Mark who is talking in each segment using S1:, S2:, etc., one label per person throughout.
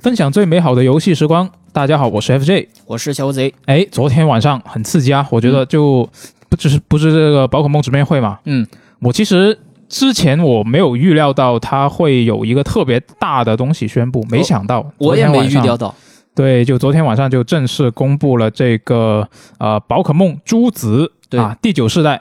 S1: 分享最美好的游戏时光。大家好，我是 FJ。
S2: 我是小贼，
S1: 哎，昨天晚上很刺激啊，我觉得就不只是不是这个宝可梦直面会嘛，
S2: 嗯，
S1: 我其实之前我没有预料到它会有一个特别大的东西宣布，没想到
S2: 哦我也
S1: 昨天
S2: 没
S1: 晚
S2: 预
S1: 上
S2: 料到，
S1: 对，就昨天晚上就正式公布了这个呃宝可梦朱紫
S2: 对
S1: 啊第九世代。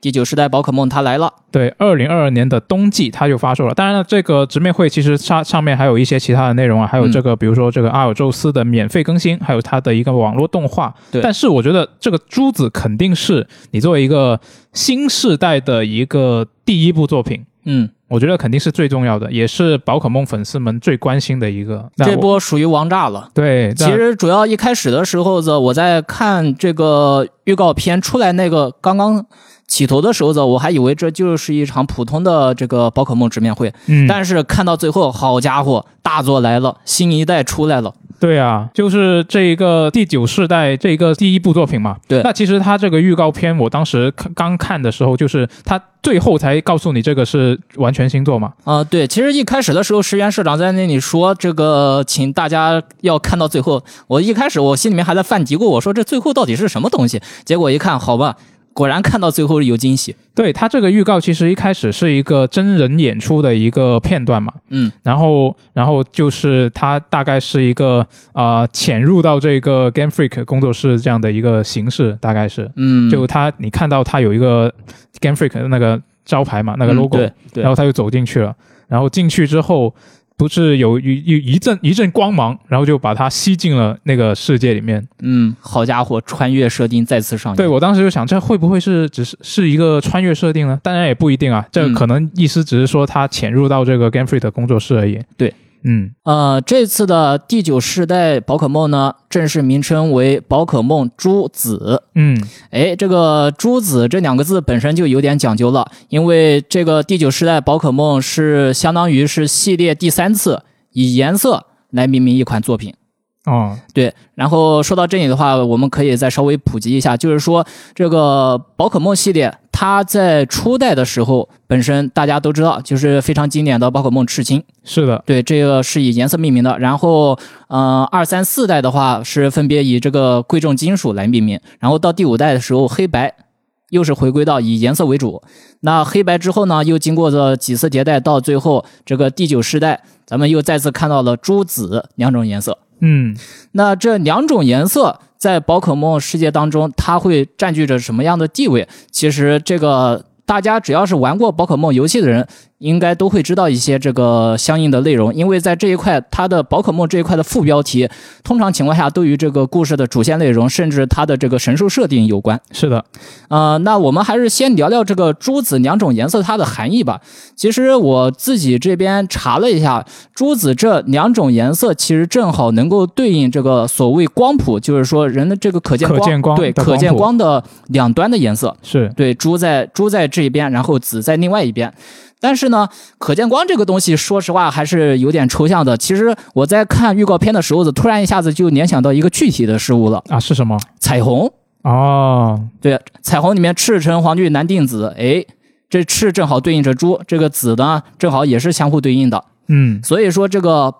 S2: 第九世代宝可梦它来了，
S1: 对，二零二二年的冬季它就发售了。当然了，这个直面会其实上上面还有一些其他的内容啊，还有这
S2: 嗯
S1: 个、比如说这个阿尔宙斯的免费更新，还有它的一个网络动画。
S2: 对
S1: 但是我觉得这个朱紫肯定是你作为一个新世代的一个第一部作品，
S2: 嗯，
S1: 我觉得肯定是最重要的，也是宝可梦粉丝们最关心的一个。那
S2: 这
S1: 我哎
S2: 波属于王炸了。
S1: 对，
S2: 其实主要一开始的时候子，我在看这个预告片出来那个刚刚起头的时候子，我还以为这就是一场普通的这个宝可梦直面会，
S1: 嗯，
S2: 但是看到最后，好家伙，大作来了，新一代出来了，
S1: 对啊，就是这一个第九世代这一个第一部作品嘛。
S2: 对
S1: 那其实它这个预告片，我当时看刚看的时候，就是它最后才告诉你这个是完全新作嘛。
S2: 啊、对，其实一开始的时候，石原社长在那里说这个，请大家要看到最后。我一开始我心里面还在犯嘀咕，我说这最后到底是什么东西？结果一看，好吧，果然看到最后有惊喜。
S1: 对它这个预告，其实一开始是一个真人演出的一个片段嘛，
S2: 嗯，
S1: 然后然后就是它大概是一个啊、呃潜入到这个 Game Freak 工作室这样的一个形式，大概是，
S2: 嗯，
S1: 就它你看到它有一个 Game Freak 的那个招牌嘛，那个
S2: 嗯
S1: logo，、
S2: 对对，
S1: 然后他就走进去了，然后进去之后，不是有一一一阵一阵光芒，然后就把他吸进了那个世界里面。
S2: 嗯，好家伙，穿越设定再次上演。
S1: 对我当时就想，这会不会是只是是一个穿越设定呢？当然也不一定啊，这
S2: 嗯
S1: 可能意思只是说他潜入到这个 Game Freak 的工作室而已。
S2: 对，
S1: 嗯，
S2: 呃，这次的第九世代宝可梦呢，正式名称为宝可梦朱紫。
S1: 嗯，
S2: 哎，这个“朱子”这两个字本身就有点讲究了，因为这个第九世代宝可梦是相当于是系列第三次以颜色来命名一款作品。
S1: 哦，
S2: 对，然后说到这里的话，我们可以再稍微普及一下，就是说这个宝可梦系列，它在初代的时候本身大家都知道，就是非常经典的宝可梦赤青，
S1: 是的，
S2: 对，这个是以颜色命名的。然后，呃，二三四代的话是分别以这个贵重金属来命名。然后到第五代的时候，黑白又是回归到以颜色为主。那黑白之后呢，又经过了几次迭代，到最后这个第九世代，咱们又再次看到了朱紫两种颜色。
S1: 嗯，
S2: 那这两种颜色在宝可梦世界当中，它会占据着什么样的地位？其实这个大家只要是玩过宝可梦游戏的人，应该都会知道一些这个相应的内容，因为在这一块，它的宝可梦这一块的副标题，通常情况下都与这个故事的主线内容，甚至它的这个神兽设定有关。
S1: 是的，
S2: 呃，那我们还是先聊聊这个朱紫两种颜色它的含义吧。其实我自己这边查了一下，朱紫这两种颜色其实正好能够对应这个所谓光谱，就是说人的这个可见
S1: 可
S2: 光，
S1: 见光
S2: 对
S1: 的
S2: 可见
S1: 光
S2: 光的两端的颜色。
S1: 是，
S2: 对，猪在猪在这一边，然后子在另外一边。但是呢，可见光这个东西，说实话还是有点抽象的。其实我在看预告片的时候，突然一下子就联想到一个具体的事物了
S1: 啊，是什么？
S2: ——彩虹。
S1: 哦，
S2: 对，彩虹里面赤橙黄绿蓝靛紫，哎，这赤正好对应着猪，这个紫呢正好也是相互对应的，
S1: 嗯，
S2: 所以说这个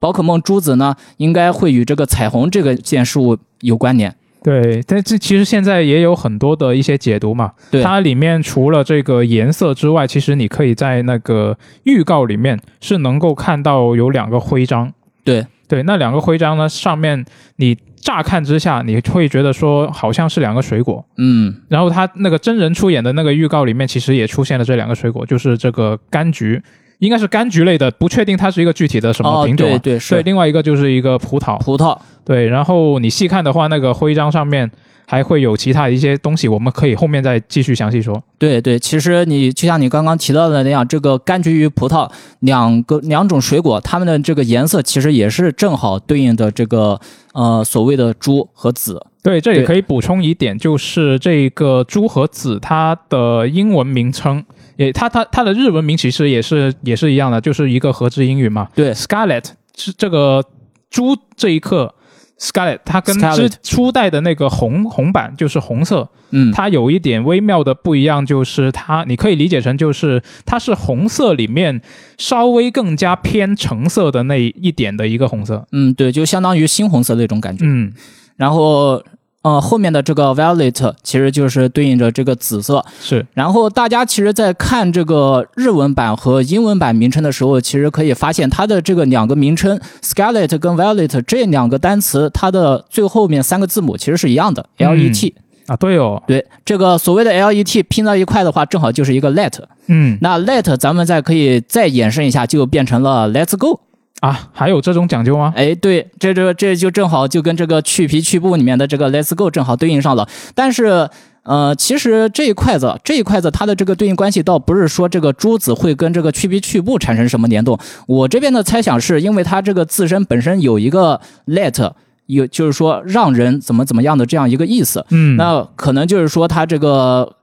S2: 宝可梦朱紫呢，应该会与这个彩虹这个件事物有关联。
S1: 对，但这其实现在也有很多的一些解读嘛。
S2: 对
S1: 它里面除了这个颜色之外，其实你可以在那个预告里面是能够看到有两个徽章。
S2: 对
S1: 对，那两个徽章呢，上面你乍看之下你会觉得说好像是两个水果，
S2: 嗯，
S1: 然后他那个真人出演的那个预告里面，其实也出现了这两个水果，就是这个柑橘，应该是柑橘类的，不确定它是一个具体的什么
S2: 哦，
S1: 品种、啊
S2: 对对
S1: 对，
S2: 是
S1: 另外一个就是一个葡萄，
S2: 葡萄，
S1: 对，然后你细看的话，那个徽章上面还会有其他一些东西，我们可以后面再继续详细说。
S2: 对对，其实你就像你刚刚提到的那样，这个柑橘与葡萄两个两种水果，它们的这个颜色其实也是正好对应的这个呃所谓的猪和紫。
S1: 对，这里
S2: 对
S1: 可以补充一点，就是这个朱和子它的英文名称，也它它它的日文名其实也是也是一样的，就是一个和之英语嘛。
S2: 对
S1: Scarlet 是这个朱这一刻 Scarlet，它跟
S2: Scarlet
S1: 之初代的那个红红版就是红色，
S2: 嗯，
S1: 它有一点微妙的不一样，就是它你可以理解成就是它是红色里面稍微更加偏橙色的那一点的一个红色。
S2: 嗯，对，就相当于猩红色那种感觉。
S1: 嗯，
S2: 然后呃，后面的这个 violet 其实就是对应着这个紫色。
S1: 是
S2: 然后大家其实，在看这个日文版和英文版名称的时候，其实可以发现它的这个两个名称 Scarlet 跟 Violet 这两个单词，它的最后面三个字母其实是一样的
S1: 嗯
S2: LET。
S1: 啊，对哦，
S2: 对，这个所谓的 LET 拼到一块的话，正好就是一个 let。
S1: 嗯
S2: 那 let 咱们再可以再衍生一下，就变成了 Let's go。
S1: 啊，还有这种讲究吗？
S2: 哎，对，这这这就正好就跟这个去皮去布里面的这个 Let's Go 正好对应上了。但是，呃，其实这一块子这一块子它的这个对应关系倒不是说这个珠子会跟这个去皮去布产生什么联动。我这边的猜想是因为它这个自身本身有一个 Let，有就是说让人怎么怎么样的这样一个意思。
S1: 嗯，
S2: 那可能就是说它这个。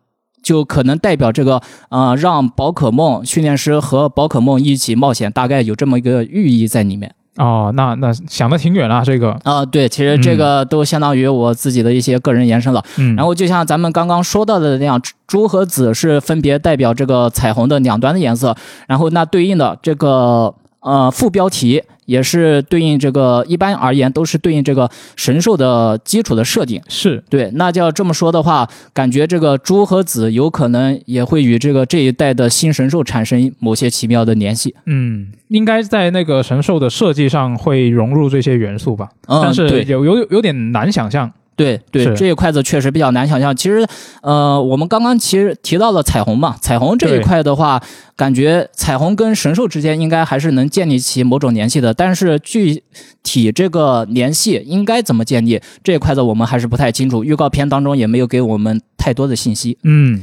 S2: 就可能代表这个，呃，让宝可梦训练师和宝可梦一起冒险，大概有这么一个寓意在里面。
S1: 哦，那那想的挺远啊，这个，
S2: 啊、对，其实这个都相当于我自己的一些个人延伸了。
S1: 嗯，
S2: 然后就像咱们刚刚说到的那样，朱和紫是分别代表这个彩虹的两端的颜色，然后那对应的这个呃副标题也是对应这个，一般而言都是对应这个神兽的基础的设定。
S1: 是
S2: 对，那就要这么说的话，感觉这个朱和紫有可能也会与这个这一代的新神兽产生某些奇妙的联系。
S1: 嗯，应该在那个神兽的设计上会融入这些元素吧，
S2: 嗯，
S1: 但
S2: 对
S1: 是有有有点难想象。
S2: 对对，
S1: 是
S2: 这一块子确实比较难想象。其实，呃，我们刚刚其实提到了彩虹嘛，彩虹这一
S1: 对
S2: 块的话，感觉彩虹跟神兽之间应该还是能建立起某种联系的，但是具体这个联系应该怎么建立，这一块子我们还是不太清楚。预告片当中也没有给我们太多的信息。
S1: 嗯，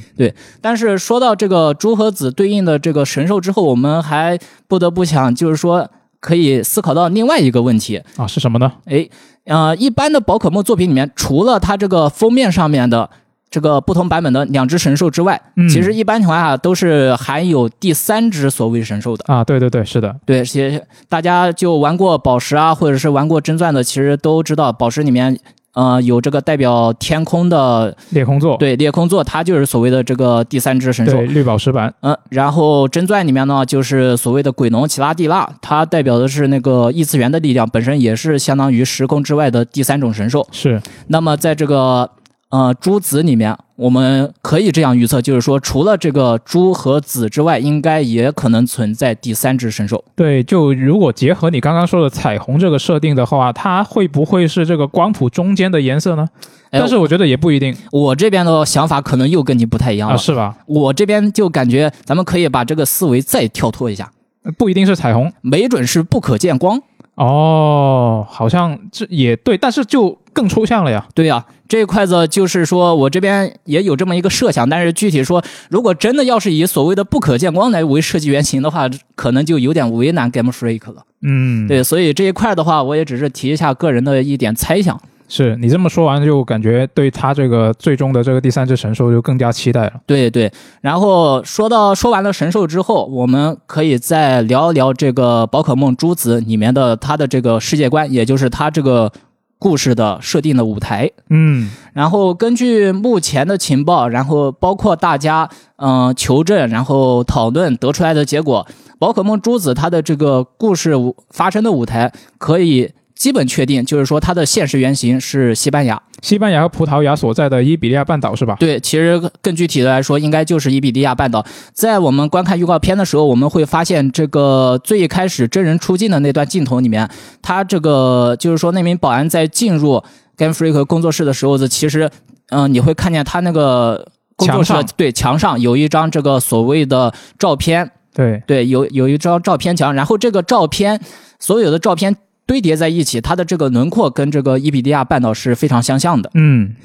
S2: 但是说到这个朱和子对应的这个神兽之后，我们还不得不想，就是说可以思考到另外一个问题，
S1: 啊，是什么呢？
S2: 哎，呃，一般的宝可梦作品里面，除了它这个封面上面的这个不同版本的两只神兽之外，
S1: 嗯
S2: 其实一般情况下都是含有第三只所谓神兽的。
S1: 啊，对对对，是的，
S2: 对，其实大家就玩过宝石啊，或者是玩过真钻的，其实都知道宝石里面。呃，有这个代表天空的，
S1: 裂空座，
S2: 对，裂空座，它就是所谓的这个第三只神兽。
S1: 对绿宝石版，
S2: 嗯，然后真钻里面呢，就是所谓的鬼龙奇拉蒂拉，它代表的是那个异次元的力量，本身也是相当于时空之外的第三种神兽。
S1: 是
S2: 那么在这个呃朱子里面，我们可以这样预测，就是说除了这个朱和子之外，应该也可能存在第三只神兽。
S1: 对，就如果结合你刚刚说的彩虹这个设定的话，它会不会是这个光谱中间的颜色呢？
S2: 哎
S1: 但是我觉得也不一定
S2: 我这边的想法可能又跟你不太一样了。
S1: 啊，是吧？
S2: 我这边就感觉咱们可以把这个思维再跳脱一下，
S1: 不一定是彩虹
S2: 没准是不可见光。
S1: 哦，好像这也对，但是就更抽象了呀。
S2: 对呀、这一块子就是说我这边也有这么一个设想，但是具体说，如果真的要是以所谓的不可见光来为设计原型的话，可能就有点为难 Game Freak 了。
S1: 嗯，，
S2: 对，所以这一块的话，我也只是提一下个人的一点猜想。
S1: 是你这么说完，就感觉对它这个最终的这个第三只神兽就更加期待了。
S2: 对对，然后说到说完了神兽之后，我们可以再聊一聊这个宝可梦朱子里面的它的这个世界观，也就是它这个故事的设定的舞台。
S1: 嗯，
S2: 然后根据目前的情报，然后包括大家嗯、呃求证，然后讨论得出来的结果，宝可梦朱子它的这个故事舞发生的舞台可以基本确定，就是说它的现实原型是西班牙。
S1: 西班牙和葡萄牙所在的伊比利亚半岛是吧？
S2: 对，其实更具体的来说，应该就是伊比利亚半岛。在我们观看预告片的时候，我们会发现这个最一开始真人出镜的那段镜头里面，他这个就是说那名保安在进入 Game Freak 工作室的时候，其实嗯、呃你会看见他那个工作室
S1: 墙上
S2: 对墙上有一张这个所谓的照片，
S1: 对，
S2: 对，有有一张照片墙，然后这个照片所有的照片堆叠在一起，它的这个轮廓跟这个伊比利亚半岛是非常相像的。
S1: 嗯，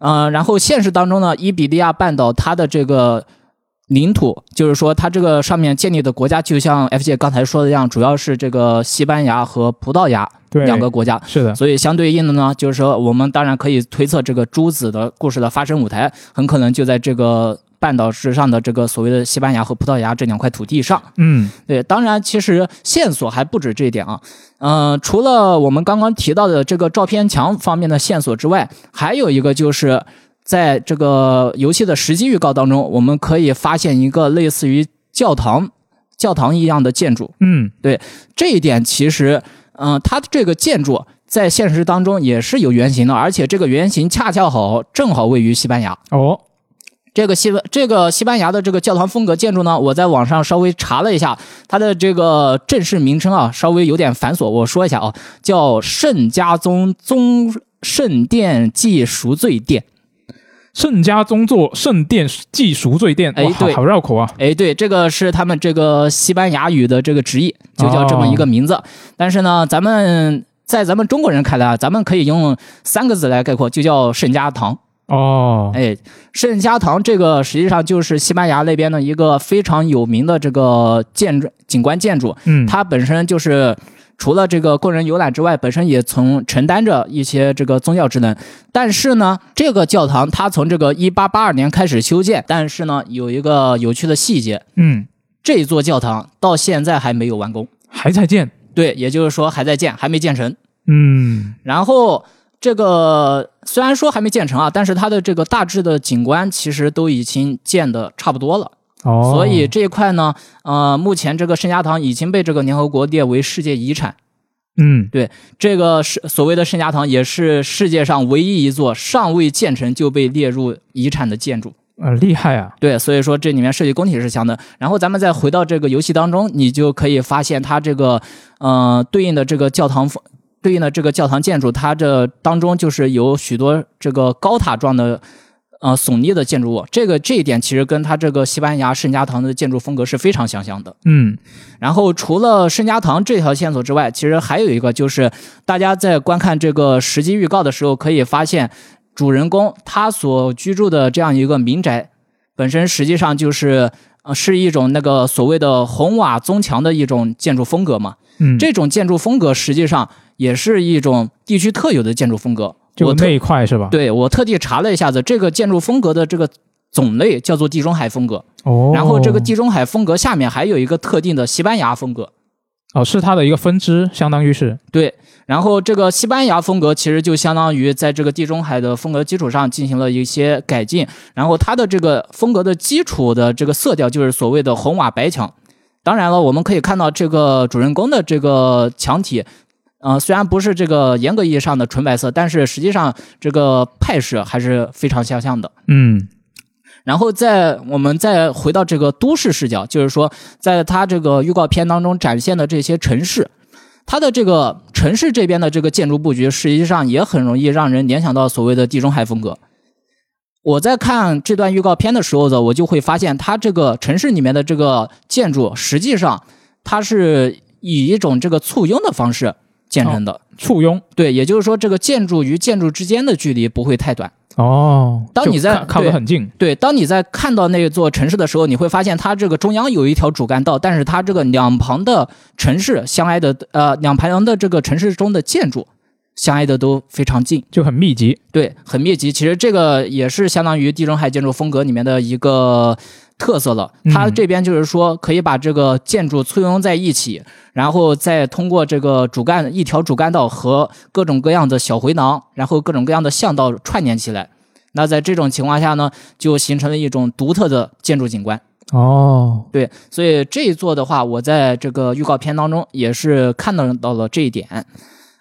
S2: 呃，然后现实当中呢，伊比利亚半岛它的这个领土，就是说它这个上面建立的国家，就像 F 姐刚才说的一样，主要是这个西班牙和葡萄牙
S1: 对，
S2: 两个国家。
S1: 是的，
S2: 所以相对应的呢，就是说我们当然可以推测这个朱子的故事的发生舞台很可能就在这个半岛之上的这个所谓的西班牙和葡萄牙这两块土地上。
S1: 嗯
S2: 对，当然，其实线索还不止这一点啊。嗯、除了我们刚刚提到的这个照片墙方面的线索之外，还有一个就是在这个游戏的实际预告当中，我们可以发现一个类似于教堂、教堂一样的建筑。
S1: 嗯
S2: 这一点其实，嗯、它这个建筑在现实当中也是有原型的，而且这个原型恰恰好正好位于西班牙。
S1: 哦
S2: 这个西班这个西班牙的这个教堂风格建筑呢，我在网上稍微查了一下，它的这个正式名称啊，稍微有点繁琐，我说一下啊，叫圣家宗宗圣殿暨赎罪殿。
S1: 圣家宗座圣殿祭赎罪殿，
S2: 哎
S1: 哇，好
S2: 对
S1: 好绕口啊！
S2: 哎，对，这个是他们这个西班牙语的这个直译，就叫这么一个名字。但是呢，咱们在咱们中国人看来啊，咱们可以用三个字来概括，就叫圣家堂。
S1: 哦，
S2: 哎，圣家堂这个实际上就是西班牙那边的一个非常有名的这个建筑景观建筑，
S1: 嗯，
S2: 它本身就是除了这个供人游览之外，本身也从承担着一些这个宗教职能。但是呢，这个教堂它从这个一八八二年开始修建，但是呢，有一个有趣的细节，
S1: 嗯
S2: 这座教堂到现在还没有完工。
S1: 还在建，
S2: 对，也就是说还在建，还没建成。
S1: 嗯
S2: 然后这个虽然说还没建成啊，但是它的这个大致的景观其实都已经建的差不多了。
S1: 哦，
S2: 所以这一块呢，呃，目前这个圣家堂已经被这个联合国列为世界遗产。
S1: 嗯
S2: 这个是所谓的圣家堂，也是世界上唯一一座尚未建成就被列入遗产的建筑。
S1: 呃厉害啊，
S2: 对，所以说这里面设计工体是相的。然后咱们再回到这个游戏当中，你就可以发现它这个，呃，对应的这个教堂风，对应的这个教堂建筑，它这当中就是有许多这个高塔状的，呃，耸立的建筑物。这个这一点其实跟它这个西班牙圣家堂的建筑风格是非常相像的。
S1: 嗯
S2: 然后除了圣家堂这条线索之外，其实还有一个就是大家在观看这个实际预告的时候，可以发现主人公他所居住的这样一个民宅，本身实际上就是。呃，是一种那个所谓的红瓦棕墙的一种建筑风格嘛？
S1: 嗯，
S2: 这种建筑风格实际上也是一种地区特有的建筑风格。
S1: 就
S2: 我
S1: 那
S2: 特
S1: 一块是吧？，
S2: 对我特地查了一下子，这个建筑风格的这个种类叫做地中海风格。
S1: 哦，
S2: 然后这个地中海风格下面还有一个特定的西班牙风格，
S1: 哦是它的一个分支，相当于是，
S2: 对，然后这个西班牙风格其实就相当于在这个地中海的风格基础上进行了一些改进，然后它的这个风格的基础的这个色调就是所谓的红瓦白墙。当然了，我们可以看到这个主人公的这个墙体，呃，虽然不是这个严格意义上的纯白色，但是实际上这个派式还是非常相 像的。
S1: 嗯
S2: 然后再我们再回到这个都市视角，就是说，在它这个预告片当中展现的这些城市，它的这个城市这边的这个建筑布局，实际上也很容易让人联想到所谓的地中海风格。我在看这段预告片的时候呢，我就会发现它这个城市里面的这个建筑，实际上它是以一种这个簇拥的方式建成的。
S1: 簇拥
S2: 对，也就是说，这个建筑与建筑之间的距离不会太短。
S1: 哦，
S2: 当你
S1: 就
S2: 在
S1: 靠靠得
S2: 对
S1: 很近，
S2: 对，当你在看到那座城市的时候，你会发现它这个中央有一条主干道，但是它这个两旁的城市相挨的，呃，两旁的这个城市中的建筑相挨的都非常近，
S1: 就很密集，
S2: 对，很密集。其实这个也是相当于地中海建筑风格里面的一个特色了。它
S1: 嗯
S2: 这边就是说可以把这个建筑簇拥在一起，然后再通过这个主干一条主干道和各种各样的小回廊，然后各种各样的巷道串联起来。那在这种情况下呢，就形成了一种独特的建筑景观。
S1: 哦，
S2: 对，所以这一座的话，我在这个预告片当中也是看到到了这一点。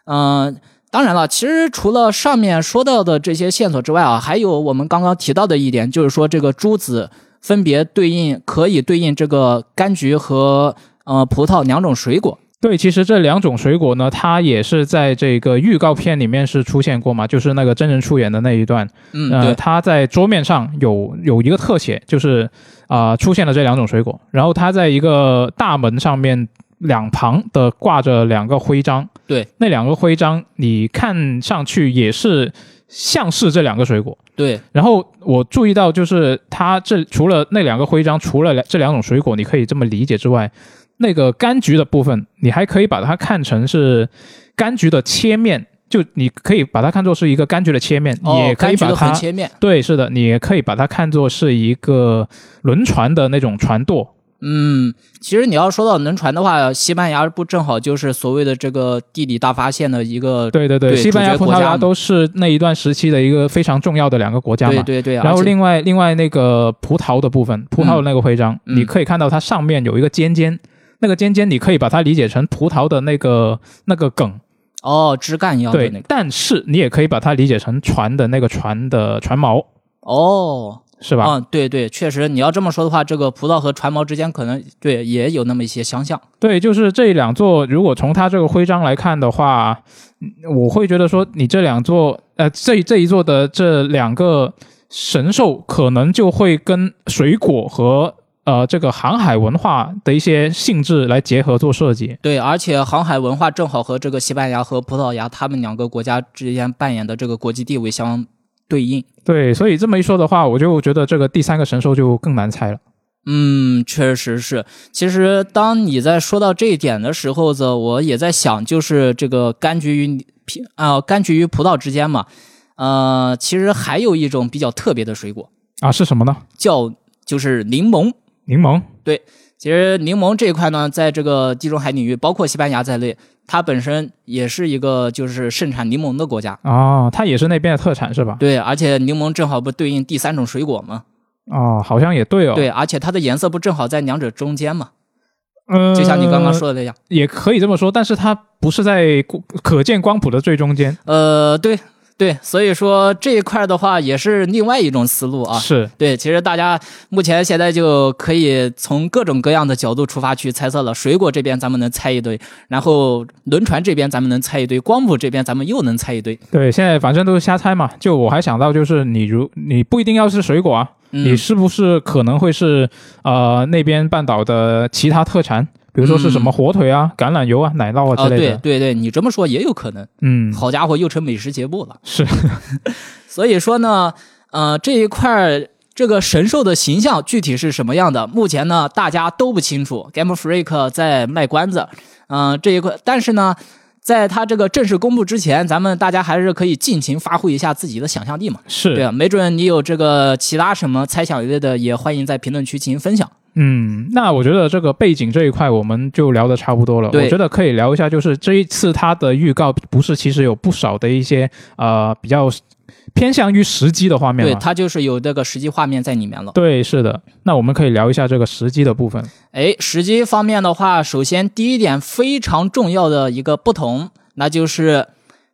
S2: 嗯、当然了，其实除了上面说到的这些线索之外啊，还有我们刚刚提到的一点，就是说这个珠子分别对应可以对应这个柑橘和呃葡萄两种水果。
S1: 对，其实这两种水果呢，它也是在这个预告片里面是出现过嘛，就是那个真人出演的那一段，
S2: 嗯，
S1: 呃，
S2: 对，
S1: 它在桌面上有有一个特写，就是啊、出现了这两种水果，然后它在一个大门上面两旁的挂着两个徽章，
S2: 对，
S1: 那两个徽章你看上去也是像是这两个水果。
S2: 对，
S1: 然后我注意到，就是它这除了那两个徽章，除了两这两种水果，你可以这么理解之外，那个柑橘的部分，你还可以把它看成是柑橘的切面，就你可以把它看作是一个柑橘的切面，
S2: 哦
S1: 也可以
S2: 柑橘
S1: 把
S2: 的
S1: 它
S2: 横切面，
S1: 对，是的，你也可以把它看作是一个轮船的那种船舵。
S2: 嗯，其实你要说到轮船的话，西班牙不正好就是所谓的这个地理大发现的一个
S1: 对对对，
S2: 对
S1: 西班牙、葡
S2: 主角国
S1: 萄
S2: 家
S1: 牙
S2: 嘛
S1: 都是那一段时期的一个非常重要的两个国家嘛。
S2: 对对对，
S1: 然后
S2: 而且
S1: 另外另外那个葡萄的部分，葡萄的那个徽章，
S2: 嗯
S1: 你可以看到它上面有一个尖尖，那个尖尖你可以把它理解成葡萄的那个那个梗，
S2: 哦枝干一样的
S1: 对。
S2: 那个
S1: 但是你也可以把它理解成船的那个船的船锚，
S2: 哦，
S1: 是吧？
S2: 嗯，对对，确实你要这么说的话，这个葡萄和船锚之间可能对也有那么一些相像。
S1: 对，就是这两座，如果从它这个徽章来看的话，嗯我会觉得说，你这两座，呃，这这一座的这两个神兽，可能就会跟水果和呃这个航海文化的一些性质来结合做设计。
S2: 对，而且航海文化正好和这个西班牙和葡萄牙他们两个国家之间扮演的这个国际地位相对应。
S1: 对，所以这么一说的话，我就觉得这个第三个神兽就更难猜了。
S2: 嗯，确实是。其实当你在说到这一点的时候呢，我也在想，就是这个柑橘与苹啊、柑橘与葡萄之间嘛，呃，其实还有一种比较特别的水果，
S1: 啊，是什么呢？
S2: 叫就是柠檬。
S1: 柠檬。
S2: 其实柠檬这一块呢，在这个地中海领域，包括西班牙在内，它本身也是一个就是盛产柠檬的国家。
S1: 哦，它也是那边的特产是吧？
S2: 对，而且柠檬正好不对应第三种水果吗？
S1: 哦，好像也对哦。，
S2: 对，而且它的颜色不正好在两者中间嘛？
S1: 嗯、
S2: 就像你刚刚说的那样。
S1: 也可以这么说，但是它不是在光可见光谱的最中间
S2: 呃，对对，所以说这一块的话也是另外一种思路啊。
S1: 是
S2: 对，其实大家目前现在就可以从各种各样的角度出发去猜测了。水果这边咱们能猜一堆，然后轮船这边咱们能猜一堆，光谱这边咱们又能猜一堆。
S1: 对，现在反正都是瞎猜嘛。就我还想到，就是你如你不一定要是水果啊，你
S2: 嗯，
S1: 是不是可能会是呃那边半岛的其他特产，比如说是什么火腿啊、橄榄油啊、奶酪啊
S2: 啊，
S1: 之类
S2: 嗯对
S1: 的。
S2: 对对，你这么说也有可能。
S1: 嗯，
S2: 好家伙，又成美食节目了。
S1: 是
S2: 所以说呢，呃，这一块儿这个神兽的形象具体是什么样的，目前呢大家都不清楚。Game Freak 在卖关子，嗯、这一块，但是呢，在它这个正式公布之前，咱们大家还是可以尽情发挥一下自己的想象力嘛。对
S1: 是，
S2: 啊，没准你有这个其他什么猜想一类的，也欢迎在评论区进行分享。
S1: 嗯，那我觉得这个背景这一块我们就聊的差不多了。
S2: 对
S1: 我觉得可以聊一下，就是这一次它的预告不是其实有不少的一些呃比较偏向于时机的画面
S2: 对，
S1: 嘛。
S2: 它就是有这个实际画面在里面了。
S1: 对，是的。那我们可以聊一下这个时机的部分。
S2: 哎，时机方面的话，首先第一点非常重要的一个不同，那就是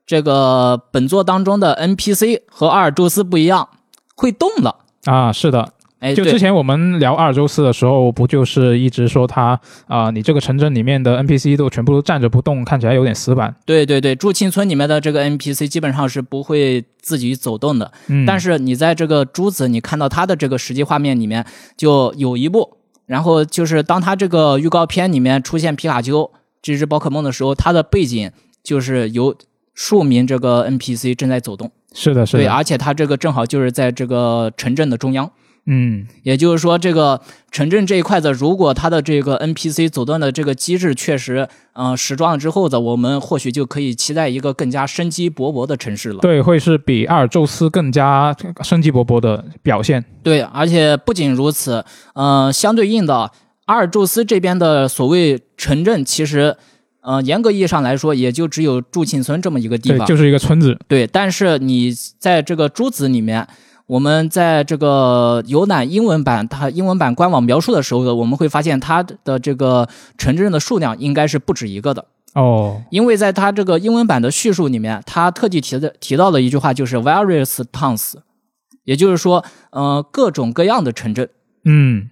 S2: 这个本作当中的 NPC 和阿尔宙斯不一样，会动了。
S1: 啊，是的，
S2: 哎，
S1: 就之
S2: 对，
S1: 前我们聊阿尔宙斯的时候，不就是一直说他啊、你这个城镇里面的 NPC 都全部都站着不动，看起来有点死板。
S2: 对对对，住青村里面的这个 NPC 基本上是不会自己走动的，
S1: 嗯，
S2: 但是你在这个珠子，你看到它的这个实际画面里面就有一幕，然后就是当它这个预告片里面出现皮卡丘这只宝可梦的时候，它的背景就是由数名这个 NPC 正在走动。
S1: 是的，是
S2: 对，啊
S1: 的，
S2: 而且它这个正好就是在这个城镇的中央，
S1: 嗯，
S2: 也就是说，这个城镇这一块子，如果它的这个 NPC 走动的这个机制确实，嗯、呃，实装了之后的，我们或许就可以期待一个更加生机勃勃的城市了。
S1: 对，会是比阿尔宙斯更加生机勃勃的表现。
S2: 对，而且不仅如此，呃，相对应的，阿尔宙斯这边的所谓城镇，其实，呃，严格意义上来说，也就只有驻庆村这么一个地
S1: 对，
S2: 方。
S1: 就是一个村子。
S2: 对，但是你在这个珠子里面，我们在这个游览英文版它英文版官网描述的时候，我们会发现它的这个城镇的数量应该是不止一个的，
S1: 哦，
S2: 因为在它这个英文版的叙述里面，它特地提的提到了一句话，就是 various towns，也就是说，呃，各种各样的城镇。
S1: 嗯，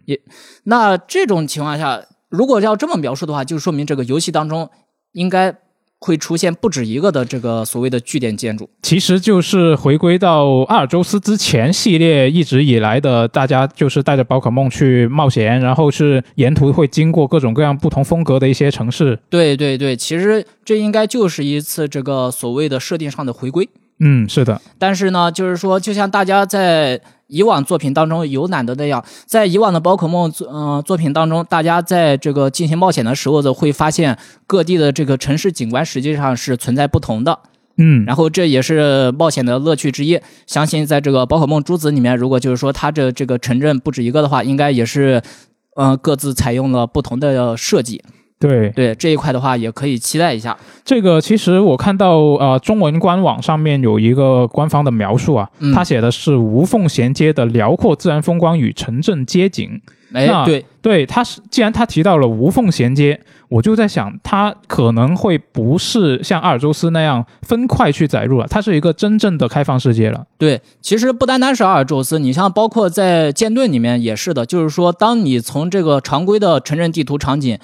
S2: 那这种情况下，如果要这么描述的话，就说明这个游戏当中应该会出现不止一个的这个所谓的据点建筑。
S1: 其实就是回归到阿尔宙斯之前系列一直以来的，大家就是带着宝可梦去冒险，然后是沿途会经过各种各样不同风格的一些城市。
S2: 对对对，其实这应该就是一次这个所谓的设定上的回归。
S1: 嗯，是的，
S2: 但是呢，就是说，就像大家在以往作品当中游览的那样，在以往的宝可梦作嗯、作品当中，大家在这个进行冒险的时候呢，会发现各地的这个城市景观实际上是存在不同的。
S1: 嗯，
S2: 然后这也是冒险的乐趣之一。相信在这个宝可梦珠子里面，如果就是说它这这个城镇不止一个的话，应该也是，呃，各自采用了不同的设计。
S1: 对，
S2: 对这一块的话，也可以期待一下。
S1: 这个其实我看到呃，中文官网上面有一个官方的描述啊，
S2: 嗯
S1: 他写的是无缝衔接的辽阔自然风光与城镇街景。
S2: 哎
S1: 那，
S2: 对，
S1: 对，他是既然他提到了无缝衔接，我就在想，他可能会不是像阿尔宙斯那样分块去载入了，它是一个真正的开放世界了。
S2: 对，其实不单单是阿尔宙斯，你像包括在剑盾里面也是的，就是说，当你从这个常规的城镇地图场景，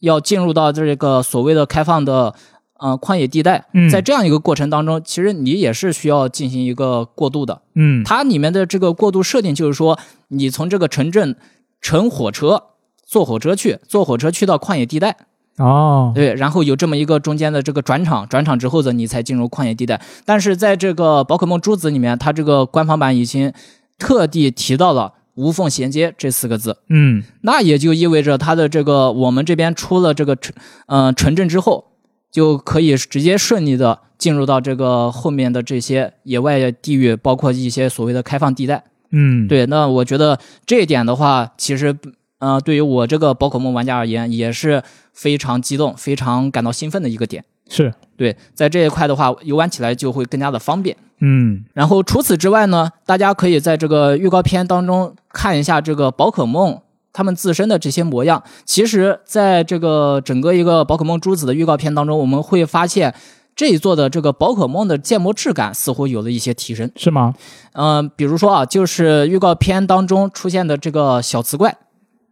S2: 要进入到这个所谓的开放的呃旷野地带
S1: 嗯，
S2: 在这样一个过程当中，其实你也是需要进行一个过渡的。
S1: 嗯，
S2: 它里面的这个过渡设定就是说，你从这个城镇乘火车。坐火车去，坐火车去到旷野地带，
S1: 哦，
S2: 对，然后有这么一个中间的这个转场，转场之后的你才进入旷野地带。但是在这个宝可梦珠子里面，它这个官方版已经特地提到了“无缝衔接”这四个字，
S1: 嗯，
S2: 那也就意味着它的这个我们这边出了这个城，呃，城镇之后，就可以直接顺利的进入到这个后面的这些野外地域，包括一些所谓的开放地带。
S1: 嗯，，
S2: 对，那我觉得这一点的话，其实呃，对于我这个宝可梦玩家而言，也是非常激动、非常感到兴奋的一个点。
S1: 是，
S2: 对，在这一块的话，游玩起来就会更加的方便。
S1: 嗯，
S2: 然后除此之外呢，大家可以在这个预告片当中看一下这个宝可梦它们自身的这些模样。其实，在这个整个一个宝可梦珠子的预告片当中，我们会发现这一座的这个宝可梦的建模质感似乎有了一些提升。
S1: 是吗？
S2: 嗯、比如说啊，就是预告片当中出现的这个小磁怪，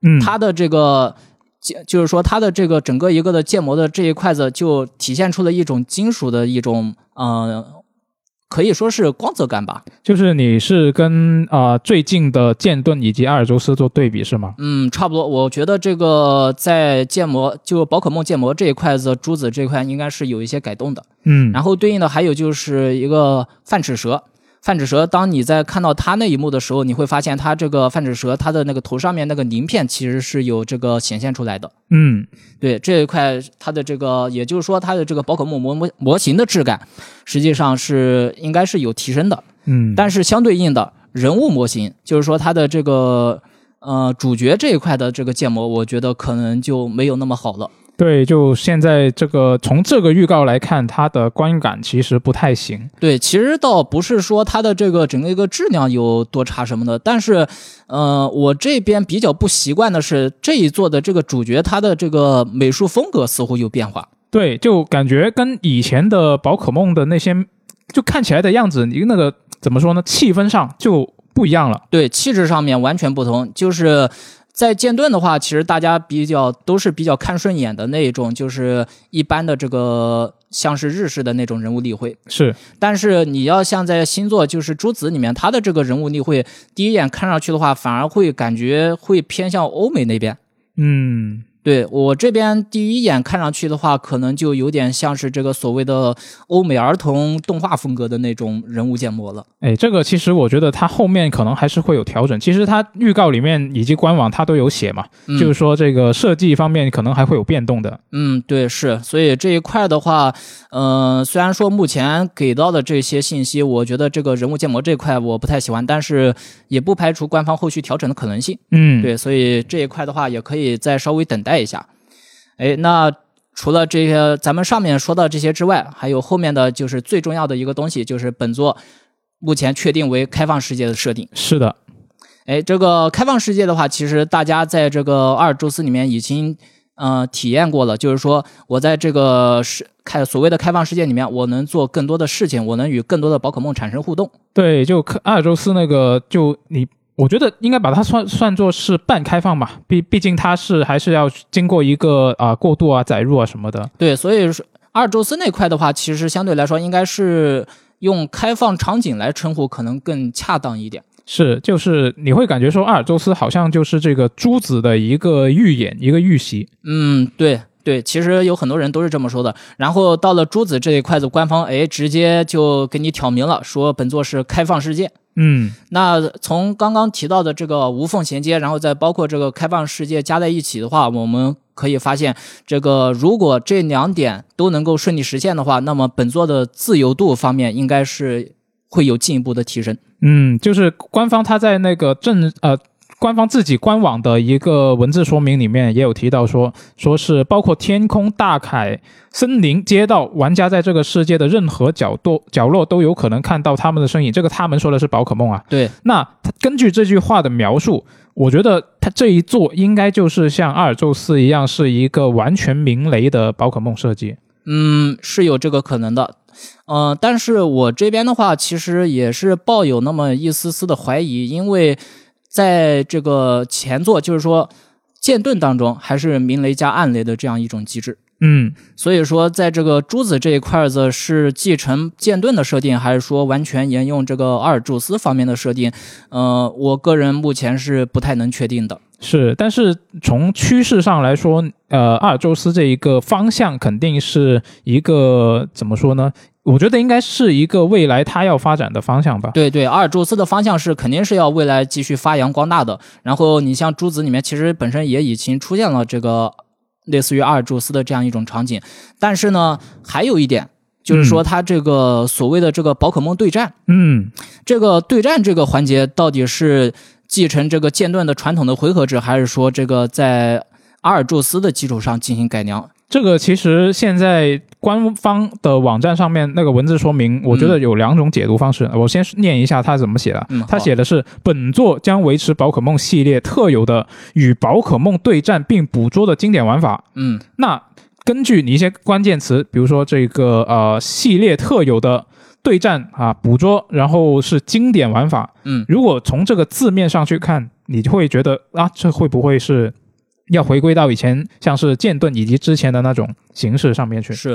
S1: 嗯，
S2: 它的这个建，就是说它的这个整个一个的建模的这一块子，就体现出了一种金属的一种，呃，可以说是光泽感吧。
S1: 就是你是跟啊、呃最近的剑盾以及阿尔宙斯做对比是吗？
S2: 嗯，差不多。我觉得这个在建模，就宝可梦建模这一块子，珠子这一块应该是有一些改动的。
S1: 嗯，
S2: 然后对应的还有就是一个泛齿蛇。泛齿蛇，当你在看到它那一幕的时候，你会发现它这个泛齿蛇，它的那个头上面那个鳞片其实是有这个显现出来的。
S1: 嗯，
S2: 对这一块，它的这个，也就是说，它的这个宝可梦模模模型的质感，实际上是应该是有提升的。
S1: 嗯，
S2: 但是相对应的人物模型，就是说它的这个呃主角这一块的这个建模，我觉得可能就没有那么好了。
S1: 对，就现在这个从这个预告来看，它的观感其实不太行。
S2: 对，其实倒不是说它的这个整个一个质量有多差什么的，但是，呃，我这边比较不习惯的是这一座的这个主角，他的这个美术风格似乎有变化。
S1: 对，就感觉跟以前的宝可梦的那些就看起来的样子，你那个怎么说呢？气氛上就不一样了。
S2: 对，气质上面完全不同。就是在剑盾的话，其实大家比较都是比较看顺眼的那一种，就是一般的这个像是日式的那种人物例会。
S1: 是，
S2: 但是你要像在星座就是朱子里面，他的这个人物例会，第一眼看上去的话，反而会感觉会偏向欧美那边。
S1: 嗯，
S2: 对我这边第一眼看上去的话，可能就有点像是这个所谓的欧美儿童动画风格的那种人物建模了。
S1: 哎，这个其实我觉得它后面可能还是会有调整。其实它预告里面以及官网它都有写嘛，
S2: 嗯
S1: 就是说这个设计方面可能还会有变动的。
S2: 嗯，对，是，所以这一块的话，呃，虽然说目前给到的这些信息，我觉得这个人物建模这块我不太喜欢，但是也不排除官方后续调整的可能性。
S1: 嗯，，
S2: 对，所以这一块的话，也可以再稍微等待一下。哎，那除了这些咱们上面说到这些之外，还有后面的就是最重要的一个东西，就是本作目前确定为开放世界的设定。
S1: 是的，
S2: 哎，这个开放世界的话，其实大家在这个阿尔宙斯里面已经呃体验过了，就是说我在这个是开所谓的开放世界里面，我能做更多的事情，我能与更多的宝可梦产生互动。
S1: 对，就科阿尔宙斯那个，就你，我觉得应该把它算算作是半开放吧，毕毕竟它是还是要经过一个啊、过渡啊、载入啊什么的。
S2: 对，所以说阿尔宙斯那块的话，其实相对来说应该是用开放场景来称呼可能更恰当一点。
S1: 是，就是你会感觉说阿尔宙斯好像就是这个珠子的一个预演、一个预习。
S2: 嗯，对。对，其实有很多人都是这么说的。然后到了珠子这一块的官方，哎，直接就给你挑明了，说本作是开放世界。
S1: 嗯
S2: 那从刚刚提到的这个无缝衔接，然后再包括这个开放世界加在一起的话，我们可以发现，这个如果这两点都能够顺利实现的话，那么本作的自由度方面应该是会有进一步的提升。
S1: 嗯，就是官方他在那个正呃。官方自己官网的一个文字说明里面也有提到说，说是包括天空、大海、森林、街道，玩家在这个世界的任何角落角落都有可能看到他们的身影。这个他们说的是宝可梦啊，
S2: 对，
S1: 那他根据这句话的描述，我觉得他这一座应该就是像阿尔宙斯一样，是一个完全明雷的宝可梦设计。
S2: 嗯，是有这个可能的。嗯、但是我这边的话，其实也是抱有那么一丝丝的怀疑，因为在这个前作，就是说剑盾当中，还是明雷加暗雷的这样一种机制。
S1: 嗯，
S2: 所以说，在这个珠子这一块子是继承剑盾的设定，还是说完全沿用这个阿尔宙斯方面的设定？呃，我个人目前是不太能确定的。
S1: 是，但是从趋势上来说，呃，阿尔宙斯这一个方向肯定是一个怎么说呢？我觉得应该是一个未来它要发展的方向吧。
S2: 对对，阿尔宙斯的方向是肯定是要未来继续发扬光大的。然后你像珠子里面，其实本身也已经出现了这个类似于阿尔宙斯的这样一种场景，但是呢，还有一点就是说，它这个所谓的这个宝可梦对战，
S1: 嗯
S2: 这个对战这个环节到底是继承这个剑盾的传统的回合制，还是说这个在阿尔宙斯的基础上进行改良？
S1: 这个其实现在官方的网站上面那个文字说明，我觉得有两种解读方式。我先念一下他怎么写的。
S2: 嗯嗯好
S1: 他写的是：本作将维持宝可梦系列特有的与宝可梦对战并捕捉的经典玩法。
S2: 嗯
S1: 那根据你一些关键词，比如说这个呃系列特有的对战啊捕捉，然后是经典玩法。
S2: 嗯，
S1: 如果从这个字面上去看，你就会觉得啊，这会不会是要回归到以前像是剑盾以及之前的那种形式上面去
S2: 是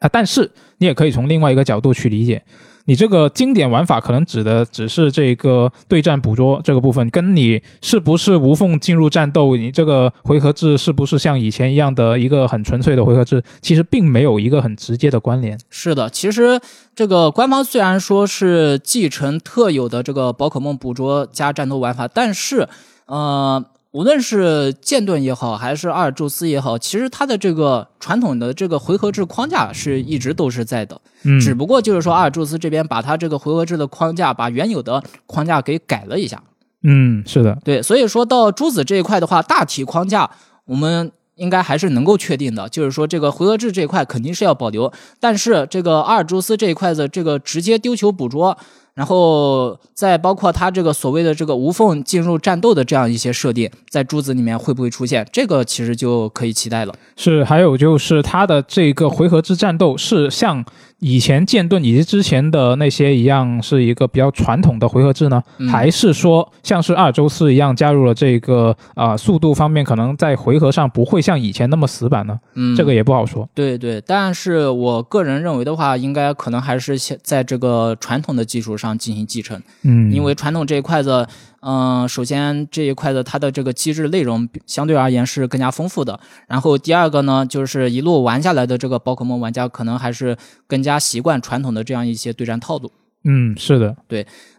S1: 啊？但是你也可以从另外一个角度去理解，你这个经典玩法可能指的只是这个对战捕捉这个部分，跟你是不是无缝进入战斗，你这个回合制是不是像以前一样的一个很纯粹的回合制，其实并没有一个很直接的关联。
S2: 是的。其实这个官方虽然说是继承特有的这个宝可梦捕捉加战斗玩法，但是呃，无论是剑盾也好，还是阿尔宙斯也好，其实它的这个传统的这个回合制框架是一直都是在的。
S1: 嗯，
S2: 只不过就是说阿尔宙斯这边把它这个回合制的框架，把原有的框架给改了一下。
S1: 嗯，是的，
S2: 对，所以说到朱子这一块的话，大体框架我们应该还是能够确定的，就是说这个回合制这一块肯定是要保留，但是这个阿尔宙斯这一块的这个直接丢球捕捉。然后再包括它这个所谓的这个无缝进入战斗的这样一些设定，在珠子里面会不会出现？这个其实就可以期待了。
S1: 是，还有就是它的这个回合制战斗是像以前剑盾以及之前的那些一样，是一个比较传统的回合制呢，
S2: 嗯
S1: 还是说像是阿尔宙斯一样加入了这个啊、呃速度方面，可能在回合上不会像以前那么死板呢？
S2: 嗯，
S1: 这个也不好说。
S2: 对对，但是我个人认为的话，应该可能还是先在这个传统的基础上进行继承，
S1: 嗯，
S2: 因为传统这一块的，嗯、首先这一块的它的这个机制内容相对而言是更加丰富的，然后第二个呢，就是一路玩下来的这个宝可梦玩家可能还是更加习惯传统的这样一些对战套路。
S1: 嗯是的，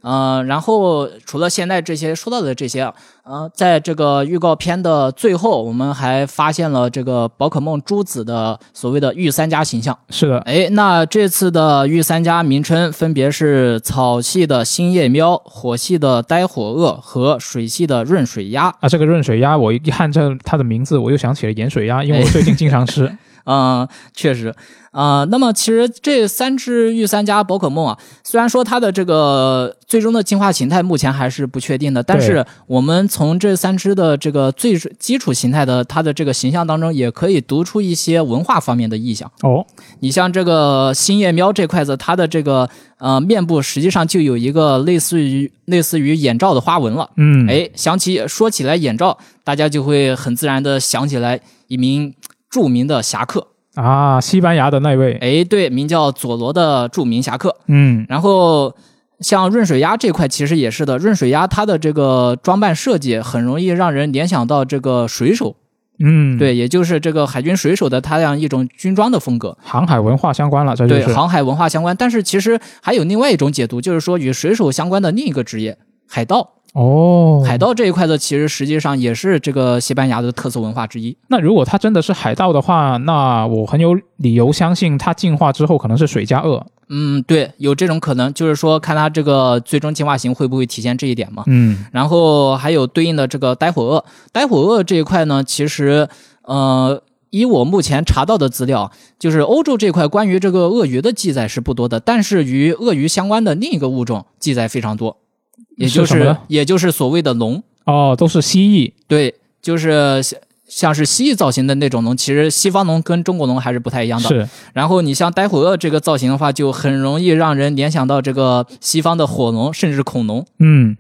S2: 呃，然后除了现在这些说到的这些，呃，在这个预告片的最后，我们还发现了这个宝可梦朱子的所谓的御三家形象。
S1: 是的，
S2: 哎，那这次的御三家名称分别是草系的星夜喵、火系的呆火鳄和水系的润水鸭。
S1: 啊，这个润水鸭，我一看这它的名字，我又想起了盐水鸭，因为我最近经常 吃。
S2: 嗯、确实，啊、那么其实这三只御三家宝可梦啊，虽然说它的这个最终的进化形态目前还是不确定的，但是我们从这三只的这个最基础形态的它的这个形象当中，也可以读出一些文化方面的意向。
S1: 哦，
S2: 你像这个星夜喵这块子，它的这个呃面部实际上就有一个类似于类似于眼罩的花纹了。
S1: 嗯，，
S2: 哎，想起说起来眼罩，大家就会很自然的想起来一名著名的侠客。
S1: 啊，西班牙的那位，
S2: 哎，对，名叫佐罗的著名侠客。
S1: 嗯
S2: 然后像润水鸭这块，其实也是的，润水鸭它的这个装扮设计很容易让人联想到这个水手。
S1: 嗯，，
S2: 对，也就是这个海军水手的他这样一种军装的风格，
S1: 航海文化相关了，这就
S2: 对
S1: 是
S2: 航海文化相关。但是其实还有另外一种解读，就是说与水手相关的另一个职业——海盗。
S1: 哦。
S2: 海盗这一块的其实实际上也是这个西班牙的特色文化之一。
S1: 那如果他真的是海盗的话，那我很有理由相信他进化之后可能是水加二。
S2: 嗯，对，有这种可能，就是说看他这个最终进化型会不会体现这一点嘛。
S1: 嗯
S2: 然后还有对应的这个呆火鳄，呆火鳄这一块呢，其实呃，以我目前查到的资料，就是欧洲这块关于这个鳄鱼的记载是不多的，但是与鳄鱼相关的另一个物种记载非常多，也就是
S1: 什么呢
S2: 也就是所谓的龙，
S1: 哦，都是蜥蜴。
S2: 对，就是像像是蜥蜴造型的那种龙，其实西方龙跟中国龙还是不太一样的。
S1: 是，
S2: 然后你像呆火鳄这个造型的话，就很容易让人联想到这个西方的火龙，甚至恐龙。
S1: 嗯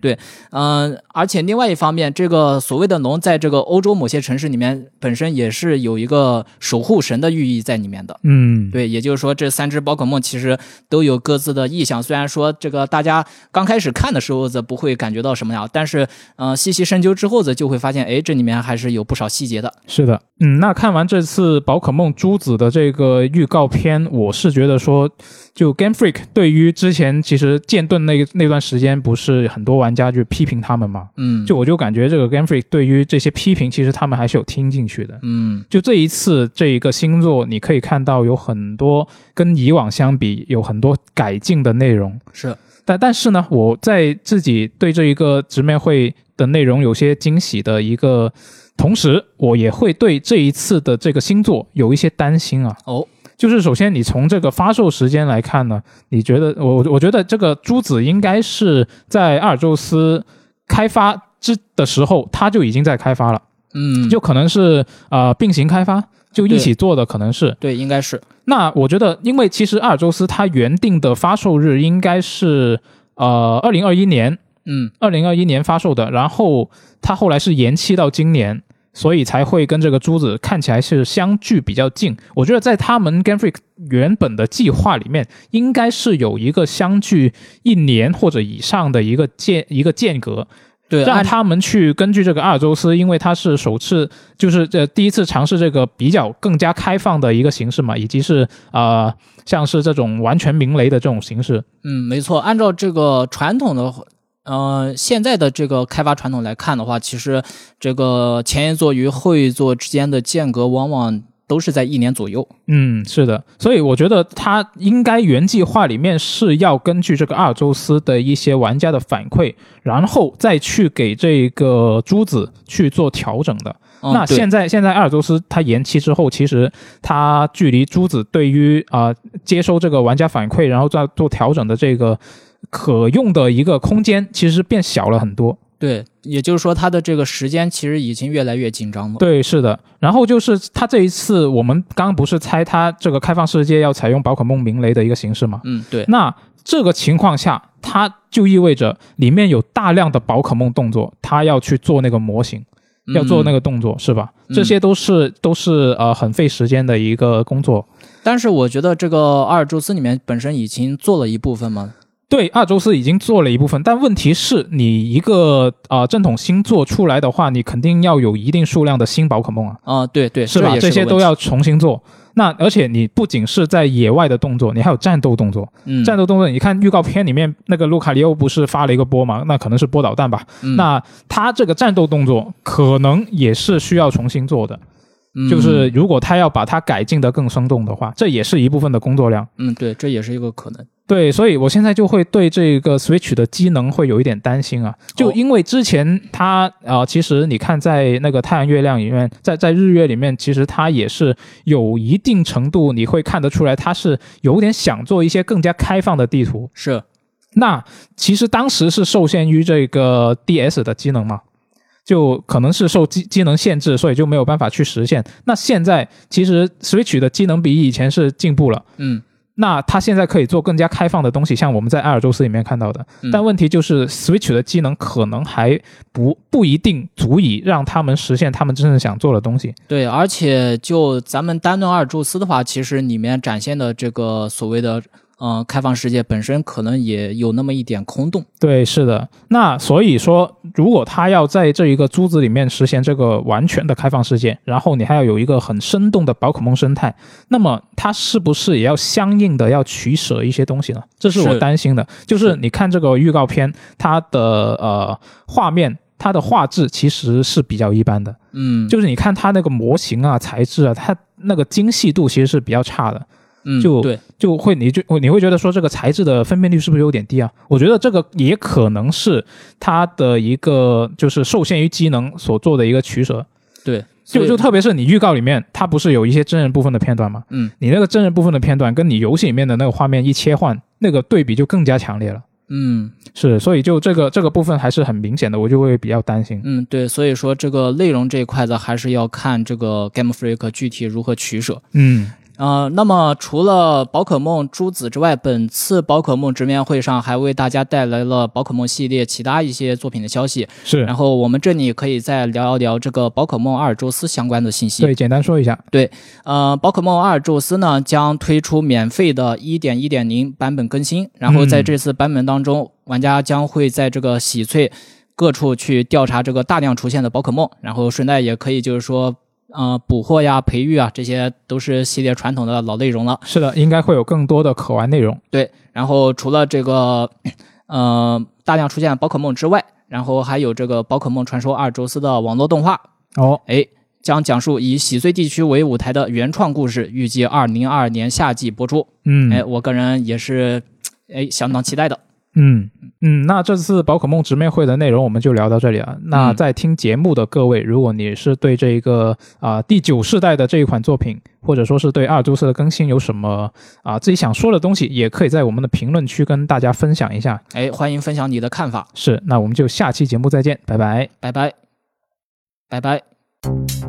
S2: 嗯，而且另外一方面，这个所谓的龙，在这个欧洲某些城市里面，本身也是有一个守护神的寓意在里面的。
S1: 嗯，
S2: 对，也就是说，这三只宝可梦其实都有各自的意象。虽然说这个大家刚开始看的时候子不会感觉到什么呀，但是，呃，细细深究之后子就会发现，哎，这里面还是有不少细节的。
S1: 是的，嗯，那看完这次宝可梦朱子的这个预告片，我是觉得说，就 Game Freak 对于之前其实剑盾那那段时间，不是很多玩家就批评他们嘛，
S2: 嗯，
S1: 就我就感觉这个 Game Freak 对于这些批评，其实他们还是有听进去的。
S2: 嗯
S1: 就这一次这一个星座，你可以看到有很多跟以往相比有很多改进的内容，
S2: 是
S1: 但但是呢，我在自己对这一个直面会的内容有些惊喜的一个同时，我也会对这一次的这个星座有一些担心啊。
S2: 哦，
S1: 就是首先，你从这个发售时间来看呢，你觉得我我我觉得这个珠子应该是在阿尔宙斯开发之的时候，它就已经在开发了，
S2: 嗯，
S1: 就可能是呃并行开发，就一起做的可能是。
S2: 对，应该是
S1: 那我觉得，因为其实阿尔宙斯它原定的发售日应该是呃二零二一年，
S2: 嗯
S1: 二零二一年发售的，然后它后来是延期到今年，所以才会跟这个珠子看起来是相距比较近。我觉得在他们 Game Freak 原本的计划里面，应该是有一个相距一年或者以上的一个间一个间隔，
S2: 对，
S1: 让
S2: 按
S1: 他们去根据这个阿尔宙斯，因为它是首次，就是呃第一次尝试这个比较更加开放的一个形式嘛，以及是呃像是这种完全鸣雷的这种形式。
S2: 嗯，没错，按照这个传统的，呃，现在的这个开发传统来看的话，其实这个前一座与后一座之间的间隔往往都是在一年左右。
S1: 嗯，是的，所以我觉得它应该原计划里面是要根据这个阿尔宙斯的一些玩家的反馈，然后再去给这个珠子去做调整的。
S2: 嗯、
S1: 那
S2: 对
S1: 现在现在阿尔宙斯它延期之后，其实它距离珠子对于啊、呃接收这个玩家反馈，然后再做调整的这个可用的一个空间，其实变小了很多。
S2: 对，也就是说，它的这个时间其实已经越来越紧张了。
S1: 对，是的。然后就是它这一次，我们刚刚不是猜它这个开放世界要采用宝可梦鸣雷的一个形式吗？
S2: 嗯，对，
S1: 那这个情况下，它就意味着里面有大量的宝可梦动作，它要去做那个模型，要做那
S2: 个。
S1: 个动作，是吧？
S2: 嗯
S1: 这些都是都是呃很费时间的一个工作。
S2: 嗯但是我觉得这个阿尔宙斯里面本身已经做了一部分嘛。
S1: 对，阿尔宙斯已经做了一部分，但问题是你一个呃正统星座出来的话，你肯定要有一定数量的新宝可梦啊，
S2: 啊、对对，
S1: 是吧？
S2: 也
S1: 这
S2: 是
S1: 些
S2: 个
S1: 都
S2: 问题，
S1: 要重新做。那而且你不仅是在野外的动作，你还有战斗动作。
S2: 嗯，
S1: 战斗动作，你看预告片里面那个卢卡利欧不是发了一个波嘛？那可能是波导弹吧？
S2: 嗯、
S1: 那他这个战斗动作可能也是需要重新做的，
S2: 嗯
S1: 就是如果他要把它改进的更生动的话，这也是一部分的工作量。
S2: 嗯，对，这也是一个可能。
S1: 对，所以我现在就会对这个 Switch 的机能会有一点担心啊，就因为之前它啊、呃其实你看在那个太阳月亮里面，在在日月里面，其实它也是有一定程度你会看得出来，它是有点想做一些更加开放的地图。
S2: 是，
S1: 那其实当时是受限于这个 DS 的机能嘛，就可能是受机机能限制，所以就没有办法去实现。那现在其实 Switch 的机能比以前是进步了。
S2: 嗯，
S1: 那它现在可以做更加开放的东西，像我们在阿尔宙斯里面看到的
S2: 嗯。
S1: 但问题就是 Switch 的机能可能还不不一定足以让他们实现他们真正想做的东西。
S2: 对，而且就咱们单论阿尔宙斯的话，其实里面展现的这个所谓的嗯、开放世界本身可能也有那么一点空洞。
S1: 对，是的。那所以说，如果他要在这一个珠子里面实现这个完全的开放世界，然后你还要有一个很生动的宝可梦生态，那么它是不是也要相应的要取舍一些东西呢？这是我
S2: 是
S1: 担心的。就是你看这个预告片，它的呃画面。它的画质其实是比较一般的，
S2: 嗯，
S1: 就是你看它那个模型啊、材质啊，它那个精细度其实是比较差的。
S2: 嗯
S1: 就
S2: 对，
S1: 就会你就你会觉得说这个材质的分辨率是不是有点低啊？我觉得这个也可能是它的一个就是受限于机能所做的一个取舍。
S2: 对，所
S1: 就
S2: 以
S1: 就特别是你预告里面，它不是有一些真人部分的片段吗？
S2: 嗯，
S1: 你那个真人部分的片段跟你游戏里面的那个画面一切换，那个对比就更加强烈了。
S2: 嗯
S1: 是，所以就这个这个部分还是很明显的，我就会比较担心。
S2: 嗯对，所以说这个内容这一块的还是要看这个 Game Freak 具体如何取舍。
S1: 嗯，
S2: 呃，那么除了宝可梦珠子之外，本次宝可梦直面会上还为大家带来了宝可梦系列其他一些作品的消息。
S1: 是
S2: 然后我们这里可以再聊一聊这个宝可梦阿尔宙斯相关的信息。
S1: 对，简单说一下。
S2: 呃，宝可梦阿尔宙斯呢将推出免费的1.1.0版本更新，然后在
S1: 嗯
S2: 这次版本当中，玩家将会在这个喜翠各处去调查这个大量出现的宝可梦，然后顺带也可以就是说，呃，捕获呀、培育啊，这些都是系列传统的老内容了。
S1: 是的，应该会有更多的可玩内容。
S2: 对，然后除了这个，呃，大量出现的宝可梦之外，然后还有这个宝可梦传说阿尔宙斯的网络动画，
S1: 哦，
S2: 哎，将讲述以喜穗地区为舞台的原创故事，预计二零二二年夏季播出。
S1: 嗯，
S2: 哎，我个人也是，哎，相当期待的。
S1: 嗯嗯，那这次宝可梦直面会的内容我们就聊到这里了。那
S2: 嗯
S1: 在听节目的各位，如果你是对这一个啊、第九世代的这一款作品，或者说是对阿尔宙斯的更新有什么啊、自己想说的东西，也可以在我们的评论区跟大家分享一下。
S2: 哎，欢迎分享你的看法，
S1: 是，那我们就下期节目再见，拜拜。
S2: 拜拜，拜拜。